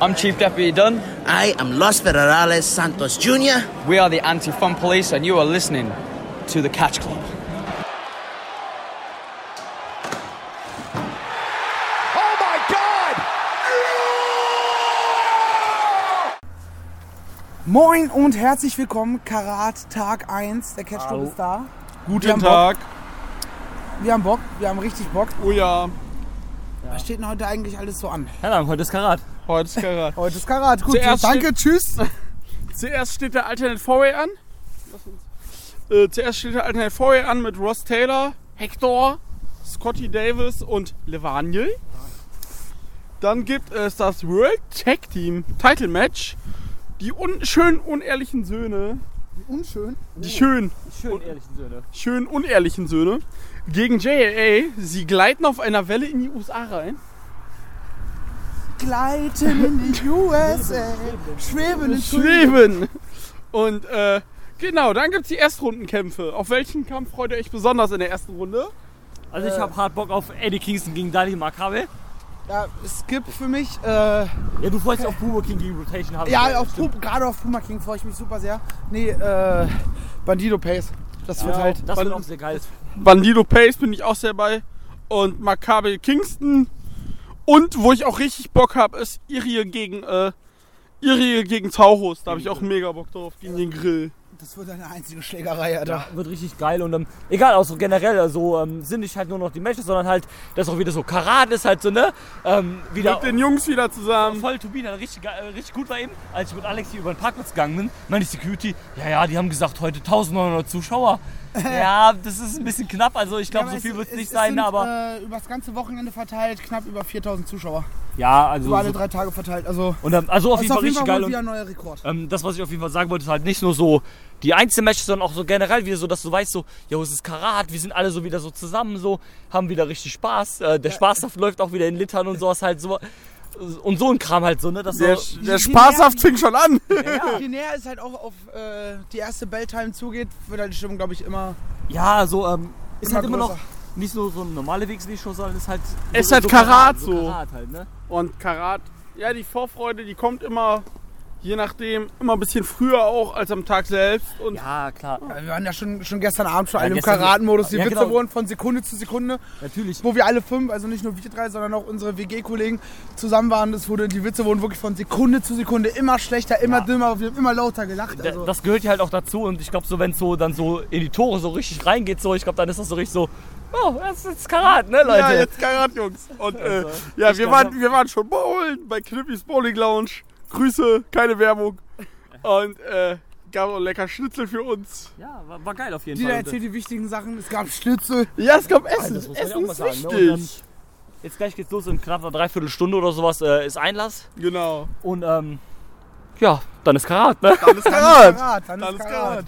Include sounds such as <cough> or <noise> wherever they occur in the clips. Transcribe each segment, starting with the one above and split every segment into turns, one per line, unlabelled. I'm Chief Deputy Dunn.
I am Los Federales Santos Jr.
We are the Anti Fun Police, and you are listening to the Catch Club.
Oh my God!
Moin und herzlich willkommen, Karat Tag 1. Der Catch Club ist da. Wir
Guten
haben
Tag.
Wir haben Bock, wir haben richtig Bock.
Oh ja,
Was steht denn heute eigentlich alles so an?
Keine Ahnung, heute ist Karat.
heute ist
<laughs>
Karat.
Heute ist Karat. Gut,
Zuerst
danke, tschüss.
zuerst steht der Alternate Foray an. Lass uns- Äh, zuerst steht der Alternate Foray an mit Ross Taylor, Hector, Scotty Davis und Levaniel. Dann gibt es das World Tag Team Title Match. Die un schönen unehrlichen Söhne,
Unschön.
die schön,
Schön, ehrlichen Söhne.
schön unehrlichen Söhne gegen JLA. Sie gleiten auf einer Welle in die USA rein.
Gleiten in die USA. Schweben in Schweben.
Schweben. Und äh, genau, dann gibt es die Erstrundenkämpfe. Auf welchen Kampf freut ihr euch besonders in der ersten Runde?
Also
Äh.
ich habe hart Bock auf Eddie Kingston gegen Daniel Makabe.
Ja, es gibt für mich, äh,
Ja, du freust dich auf Puma King gegen Rotation. hab ich
ja,
gehört,
auf
stimmt.
Puma, gerade auf Puma King freue ich mich super sehr. Nee, äh, Bandido Pace. Das wird halt.
Das wird auch sehr geil.
Bandido Pace bin ich auch sehr bei. Und Maccabi Kingston. Und wo ich auch richtig Bock habe, ist Irie gegen, äh, Irie gegen Tauros. Da habe ich auch mega Bock drauf. Gegen den Grill.
Das wird eine einzige Schlägerei, Alter.
Wird richtig geil und ähm, egal, auch so generell, also ähm, sind nicht halt nur noch die Matches, sondern halt, das ist auch wieder so Karat ist halt so, ne? Ähm, wieder
Mit den Jungs wieder zusammen.
voll Turbine, richtig, geil- äh, richtig gut war eben, als ich mit Alex hier über den Parkplatz gegangen bin, meine ich Security, ja, ja, die haben gesagt, heute
<laughs>
1900 Zuschauer. ja, das ist ein bisschen knapp, also ich glaube,
Ja,
so
aber
viel
es-
wird es
es-
nicht
es
sein,
sind,
aber...
Äh, über das ganze Wochenende verteilt knapp über 4000 Zuschauer.
ja, also...
Über alle
so-
drei Tage verteilt. Also
und, ähm, also auf
das
jeden Fall richtig geil
wohl
und
wieder ein neuer Rekord.
Ähm, das, was ich auf jeden Fall sagen wollte, ist halt nicht nur so die Einzelmatches, sondern auch so generell wieder so, dass du weißt, so, jo, es ist Karat, wir sind alle so wieder so zusammen, so, haben wieder richtig Spaß. Äh, der Spaßhaft läuft auch wieder in Littern und sowas halt so. Und so ein Kram halt so, ne? Dass
Der,
so,
der Spaßhaft fing schon an. <laughs>
Je näher es halt auch auf äh, die erste Belltime zugeht, wird halt die Stimmung, glaube ich, immer.
ja, so, ähm, ist
Immer
halt immer noch
größer.
nicht nur so eine normale Wegshow, sondern ist halt.
Es ist
so,
halt
so
Karat,
So
so.
Karat halt, ne?
Und Karat, ja, die Vorfreude, die kommt immer, je nachdem, immer ein bisschen früher auch als am Tag selbst. Und
Ja, klar,
Wir waren ja schon, schon gestern Abend schon
Ja,
alle im
gestern-
Karatmodus. Die
ja,
Witze
genau.
wurden von Sekunde zu Sekunde,
natürlich.
wo wir alle fünf, also nicht nur wir drei, sondern auch unsere WG-Kollegen zusammen waren. Das wurde, die Witze wurden wirklich von Sekunde zu Sekunde immer schlechter, immer
Ja.
dümmer, wir haben immer lauter gelacht.
Da-
Also,
Das gehört ja halt auch dazu und ich glaube, so, wenn es so dann so in die Tore so richtig reingeht, so, ich glaube, dann ist das so richtig so, oh, das ist jetzt Karat, ne, Leute?
Ja, jetzt Karat, Jungs. Und äh, ja, wir waren, wir waren schon bowlen bei Knippis Bowling Lounge. Grüße, keine Werbung. Und äh, gab auch lecker Schnitzel für uns.
Ja, war, war geil auf jeden
die
Fall.
erzählt die wichtigen Sachen. Es gab Schnitzel.
Ja, es gab Essen.
das muss man ja auch
Essen
mal
ist
sagen, ne?
wichtig.
Und Jetzt gleich geht's los, in knapp einer Dreiviertelstunde oder sowas äh, ist Einlass.
Genau.
Und ähm, ja, dann ist Karat, ne?
Dann ist Karat.
Karat, dann
Dann ist
Karat.
Karat.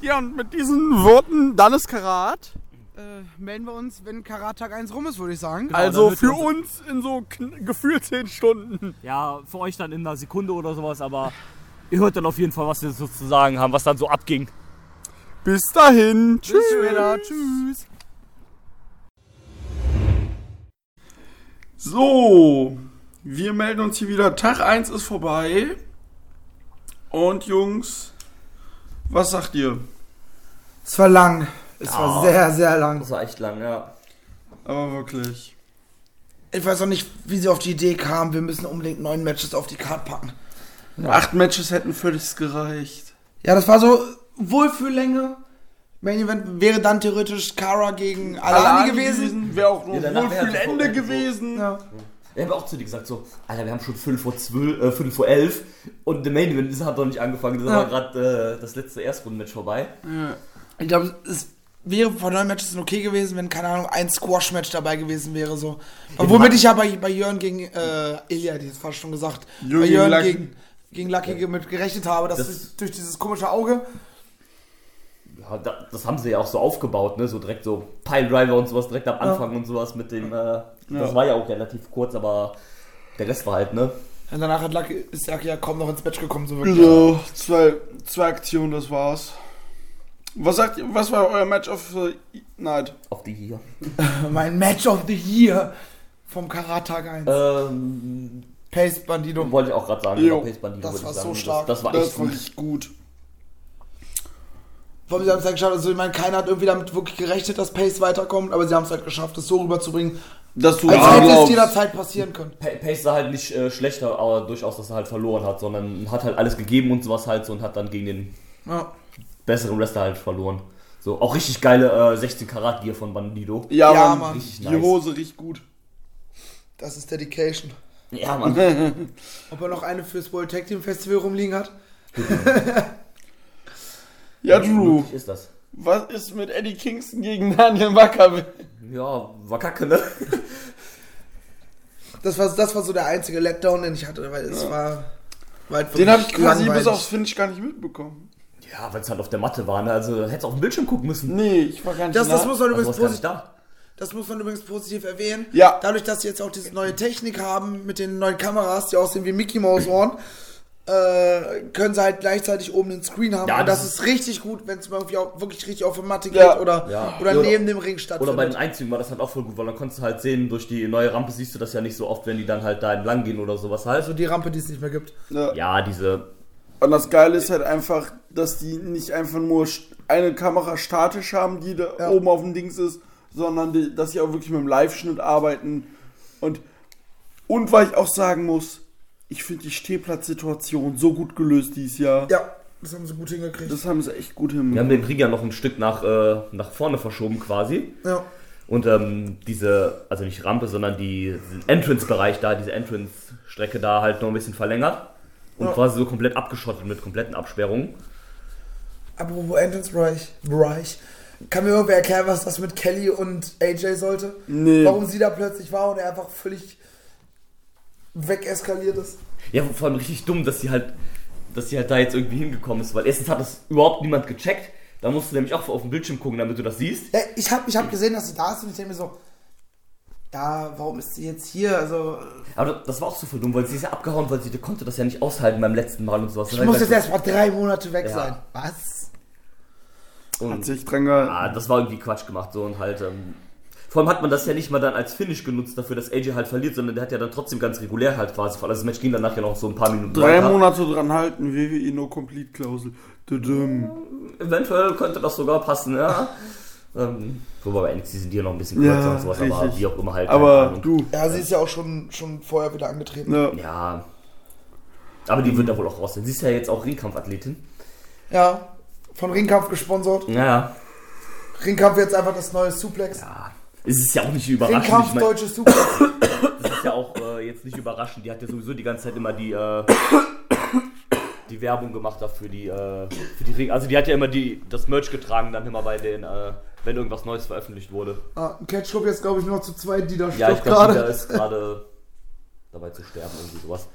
Ja, und mit diesen Worten, dann ist Karat.
Äh, melden wir uns, wenn Karat Tag 1 rum ist, würde ich sagen.
Also
dann wird
für
unser-
uns in so kn- gefühlt 10 Stunden.
Ja, für euch dann in einer Sekunde oder sowas, aber ihr hört dann auf jeden Fall, was wir so zu sagen haben, was dann so abging.
Bis dahin. Tschüss.
Bis später. Tschüss.
So, wir melden uns hier wieder. Tag 1 ist vorbei. Und Jungs, was sagt ihr?
Es war lang. Es war sehr, sehr lang.
Das war echt lang, ja.
Aber wirklich.
Ich weiß auch nicht, wie sie auf die Idee kamen. Wir müssen unbedingt neun Matches auf die Karte packen.
Acht Matches hätten völlig gereicht.
Ja, das war so Wohlfühllänge. Main Event wäre dann theoretisch Kara gegen Alani gewesen.
Wäre auch nur
Ja,
wohl
danach wär
für
das
Ende
auch irgendwo-
gewesen.
Ja.
Ich habe auch zu dir gesagt, so, Alter, wir haben schon 5 vor, 12, äh, 5 vor 11 und der Main Event ist- hat noch nicht angefangen. Das war gerade äh, das letzte Erstrundenmatch vorbei.
Ich glaube, es wäre von neun Matches okay gewesen, wenn, keine Ahnung, ein Squash-Match dabei gewesen wäre. So. Womit ich ja bei, bei Jörn gegen äh, Ilya, die ist fast schon gesagt,
Jürgen
bei
gegen
Jörn
Lucky.
gegen, gegen Lucky ge- mit gerechnet habe, dass
Das-
ich durch dieses komische Auge.
Ja, da, das haben sie ja auch so aufgebaut, ne? So direkt so Piledriver und sowas direkt am Anfang und sowas mit dem. Äh, Das war ja auch relativ kurz, aber der Rest war halt, ne?
Und danach hat Lucky, ist Lucky ja kaum noch ins Match gekommen, so wirklich.
Genau, zwei, zwei Aktionen, das war's. Was sagt ihr, was war euer Match of the Night?
Auf die hier.
Mein Match of the Year vom Karat Tag 1.
Ähm,
Pace Bandido.
Äh, Wollte ich auch gerade sagen,
Jo,
genau, Pace Bandido
Das
würde
war
ich sagen.
so stark.
Das, das war echt
das
gut.
wirklich gut. Warum sie haben es halt geschafft, also ich meine, keiner hat irgendwie damit wirklich gerechnet, dass Pace weiterkommt, aber sie haben es halt geschafft, es so rüberzubringen,
Dass du
als
daran
hätte es
glaubst.
jederzeit passieren können.
Pa- Pace sah halt nicht äh, schlechter, aber durchaus, dass er halt verloren hat, sondern hat halt alles gegeben und sowas halt so und hat dann gegen den
Ja.
besseren Wrestler halt verloren. So, auch richtig geile äh, 16 Karat Gear von Bandido.
Ja,
Ja,
Mann.
Mann.
Richtig
Die
nice.
Hose riecht gut.
Das ist Dedication.
Ja, Mann.
<laughs> Ob er noch eine fürs World Tag Team Festival rumliegen hat?
Ja, Drew.
Wirklich ist das.
Was ist mit Eddie Kingston gegen <laughs> Daniel Macker?
Ja, war kacke, ne?
Das war, das war so der einzige Letdown, den ich hatte, weil es war. war halt
Den
wirklich
habe ich quasi
langweilig.
bis aufs Finish gar nicht mitbekommen.
Ja, weil es halt auf der Matte war, ne? Also hättest auf dem Bildschirm gucken müssen.
Nee, ich war gar nicht
Das, das,
nah.
muss man
Also,
übrigens
warst gar
positiv,
nicht da.
das muss man übrigens positiv erwähnen.
Ja.
Dadurch, dass sie jetzt auch diese neue Technik haben mit den neuen Kameras, die aussehen wie Mickey Mouse Ohren, äh, können sie halt gleichzeitig oben den Screen haben.
Ja,
Und das
das
ist richtig gut, wenn es mal irgendwie auch wirklich richtig auf die Matte geht
Ja.
oder,
Ja.
oder
Oder-
neben dem Ring
Oder
stattfindet.
bei den Einzügen war das halt auch voll gut, weil dann konntest du halt sehen, durch die neue Rampe siehst du das ja nicht so oft, wenn die dann halt da entlang gehen oder sowas halt.
also die Rampe, die es nicht mehr gibt.
Ja.
Ja, diese.
Und das Geile ist halt einfach, dass die nicht einfach nur st- eine Kamera statisch haben, die da
Ja.
oben auf dem Dings ist, sondern die, dass sie auch wirklich mit dem Live-Schnitt arbeiten. Und, und weil ich auch sagen muss, ich finde die Stehplatzsituation so gut gelöst dieses Jahr.
Ja, das haben sie gut hingekriegt.
Das haben sie echt gut
Wir haben
hinbekommen.
den Ring ja noch ein Stück nach, äh, nach vorne verschoben quasi.
ja.
Und ähm, diese, also nicht Rampe, sondern die, diesen Entrance-Bereich da, diese Entrance-Strecke da halt noch ein bisschen verlängert. Und quasi so komplett abgeschottet mit kompletten Absperrungen.
Apropos Entrance Bereich, Bereich. Kann mir irgendwer erklären, was das mit Kelly und AJ sollte?
Nee.
Warum sie da plötzlich war und er einfach völlig wegeskaliert ist?
Ja, vor allem richtig dumm, dass sie halt, dass sie halt da jetzt irgendwie hingekommen ist, weil erstens hat das überhaupt niemand gecheckt. Da musst du nämlich auch auf den Bildschirm gucken, damit du das siehst.
Ja, ich habe ich hab gesehen, dass sie da ist und ich denke mir so, ja, warum ist sie jetzt hier? Also,
Aber das war auch so voll dumm, weil sie ist ja abgehauen, weil sie die konnte das ja nicht aushalten beim letzten Mal und sowas.
ich muss jetzt erst mal drei Monate weg
Ja.
sein. Was?
Hat
und,
sich dran gehalten.
ah, das war irgendwie Quatsch gemacht so und halt. Ähm, vor allem hat man das ja nicht mal dann als Finish genutzt dafür, dass AJ halt verliert, sondern der hat ja dann trotzdem ganz regulär halt quasi. Also das Match ging danach ja noch so ein paar Minuten
Drei
weiter.
Monate dran halten, WWE No Complete Klausel. Düdüm.
Eventuell könnte das sogar
<laughs>
passen, ja. ähm, wobei bei NXT sind die ja noch ein bisschen
Ja,
kürzer und sowas, aber
richtig.
wie auch immer halt. keine
Aber
Ahnung.
du. ne,
Ja, sie ist ja auch schon, schon vorher wieder angetreten.
Ja.
Ja. Aber
Mhm.
die wird da wohl auch raus sein. Sie ist ja jetzt auch Ringkampfathletin.
Ja, von Ringkampf gesponsert.
Ja.
Ringkampf jetzt einfach das neue Suplex.
Ah, Es ist ja auch nicht überraschend.
Ringkampf,
ich mein,
deutsches Suplex.
das ist ja auch äh, jetzt nicht überraschend. Die hat ja sowieso die ganze Zeit immer die, äh, die Werbung gemacht dafür die, äh, für die Ring. Also die hat ja immer die, das Merch getragen, dann immer bei den, äh, wenn irgendwas Neues veröffentlicht wurde.
<laughs> Ah, Ketchup jetzt, glaube ich, nur noch zu zweit, die da
Ja, ich
stoppt
glaube,
gerade.
da ist gerade dabei zu sterben, irgendwie sowas.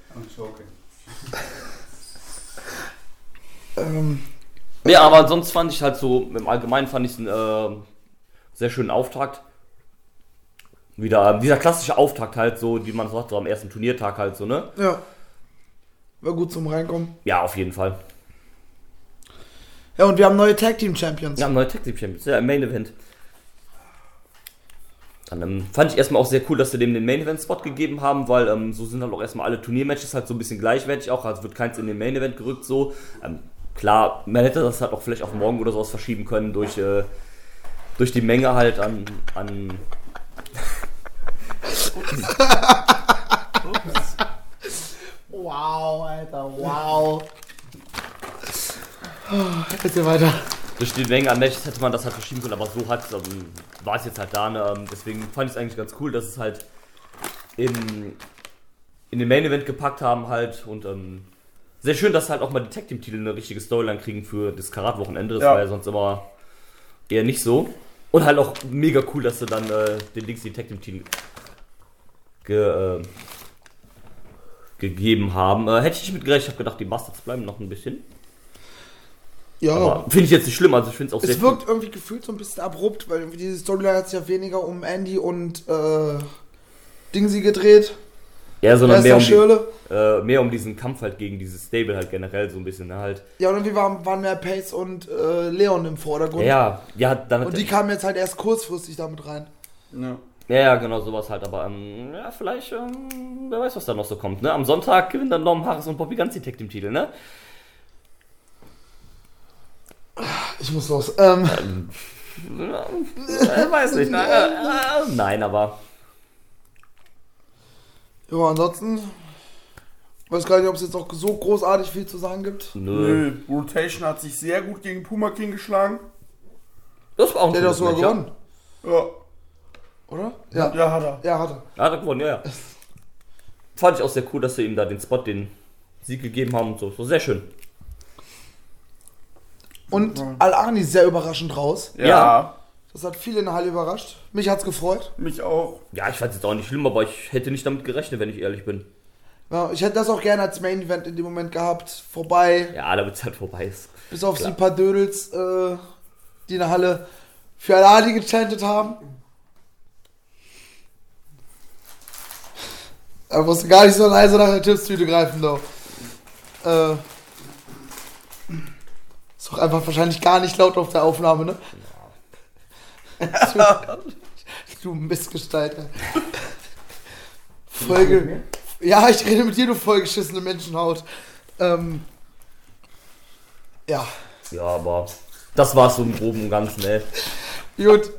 Ähm,
Ja, aber sonst fand ich halt so, im Allgemeinen fand ich es einen ähm, sehr schönen Auftakt. Wieder, ähm, dieser klassische Auftakt halt so, die man sagt, so am ersten Turniertag halt so, ne?
ja. War gut zum Reinkommen.
Ja, auf jeden Fall.
Ja, und wir haben neue Tag Team Champions.
Ja, neue Tag Team Champions, ja, im Main Event. Dann ähm, fand ich erstmal auch sehr cool, dass sie dem den Main Event Spot gegeben haben, weil ähm, so sind halt auch erstmal alle Turniermatches halt so ein bisschen gleichwertig auch, also wird keins in den Main Event gerückt so. Ähm, klar, man hätte das halt auch vielleicht auf morgen oder sowas verschieben können durch, äh, durch die Menge halt an. an
Wow, Alter, wow. Bitte weiter.
durch die Menge an Matches hätte man das halt verschieben können, aber so hat ähm, war es jetzt halt da. Ne? Ähm, Deswegen fand ich es eigentlich ganz cool, dass es halt im, in den Main Event gepackt haben halt und ähm, sehr schön, dass halt auch mal die Tag Team Titel eine richtige Storyline kriegen für das Karat Wochenende. Das
Ja.
war ja sonst immer eher nicht so. Und halt auch mega cool, dass sie dann äh, den Links die Tag Team Titel ge, äh, gegeben haben. Äh, hätte ich nicht mit gerechnet, ich habe gedacht, die Bastards bleiben noch ein bisschen.
Ja,
Aber finde ich jetzt nicht schlimm, also ich finde es auch sehr
Oh. es wirkt irgendwie gefühlt so ein bisschen abrupt, weil irgendwie diese Storyline hat sich ja weniger um Andy und äh, Dingsy gedreht.
Ja,
Da
sondern
ist
mehr
der
um, die,
Schirle.
äh, mehr um diesen Kampf halt gegen dieses Stable halt generell so ein bisschen ne, halt.
Ja, und irgendwie waren, waren mehr Pace und äh, Leon im Vordergrund.
Ja, ja, dann hat
Und die kamen jetzt halt erst kurzfristig damit rein.
Ja.
Ja, ja, genau, sowas halt. Aber ähm, ja, vielleicht, ähm, wer weiß, was da noch so kommt. Ne? Am Sonntag gewinnen dann Norman Harris und Bobby Ganz die Tag Team Titel,
<laughs>
ne?
Ich muss los. Ähm,
Äh, weiß nicht. Na, äh, äh, nein, aber
ja, ansonsten weiß gar nicht, ob es jetzt noch so großartig viel zu sagen gibt.
nö.
Nö, Rotation hat sich sehr gut gegen Puma King geschlagen.
Das war auch ein
Der hat auch
cooles
sogar
Match, ja.
gewonnen,
Ja,
oder? Ja, ja,
ja hat er.
hat er.
Ja, hat er gewonnen, ja, ja. Fand ich auch sehr cool, dass sie ihm da den Spot, den Sieg gegeben haben und so. So sehr schön.
Und Al-Arni sehr überraschend raus.
Ja.
Das hat viele in der Halle überrascht. Mich hat's gefreut.
mich auch.
Ja, ich fand es jetzt auch nicht schlimm, aber ich hätte nicht damit gerechnet, wenn ich ehrlich bin.
Ja, ich hätte das auch gerne als Main Event in dem Moment gehabt. Vorbei,
Ja, damit es halt vorbei ist.
bis auf
klar.
die paar Dödels, äh, die in der Halle für Al-Arni gechantet haben. Da musst du gar nicht so leise nach der Tippstüte greifen, doch. Äh, ist doch einfach wahrscheinlich gar nicht laut auf der Aufnahme, ne? <laughs> du, du Missgestalter. Folge. Ja, ich rede mit dir, du vollgeschissene Menschenhaut. Ähm, ja,
Ja, aber das war's so im Groben und Ganzen, ne? ey.
gut.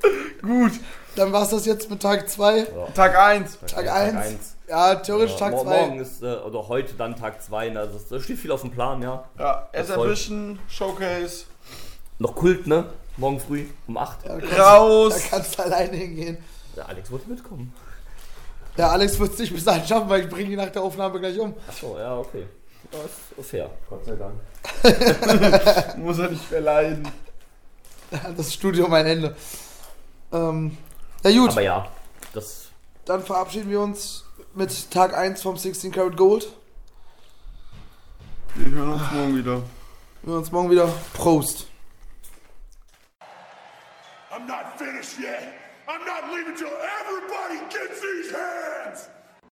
gut. Dann war's das jetzt mit Tag 2,
Tag 1.
Tag
Tag
1.
eins.
Ja, theoretisch
Ja,
Tag
mor-
2.
Morgen ist, äh, oder heute dann Tag 2, ne? also es da steht viel auf dem Plan, ja.
Ja,
voll.
Exhibition, Showcase,
Noch Kult, ne? Morgen früh um 8. Ja.
Da
raus.
kannst du <laughs> alleine hingehen.
Alex wollte mitkommen.
Ja, Alex wird es nicht bis dahin schaffen, weil ich bringe ihn nach der Aufnahme gleich um. <laughs>
Achso, ja, okay. Das ist fair. Gott sei Dank.
Muss er nicht mehr leiden.
Das Studio mein Ende. Ähm, ja gut,
Aber ja, das
dann verabschieden wir uns mit Tag 1 vom 16 Karat Gold.
Wir hören uns morgen wieder.
Wir hören uns morgen wieder. Prost.
I'm not finished yet. I'm not leaving till everybody gets these hands.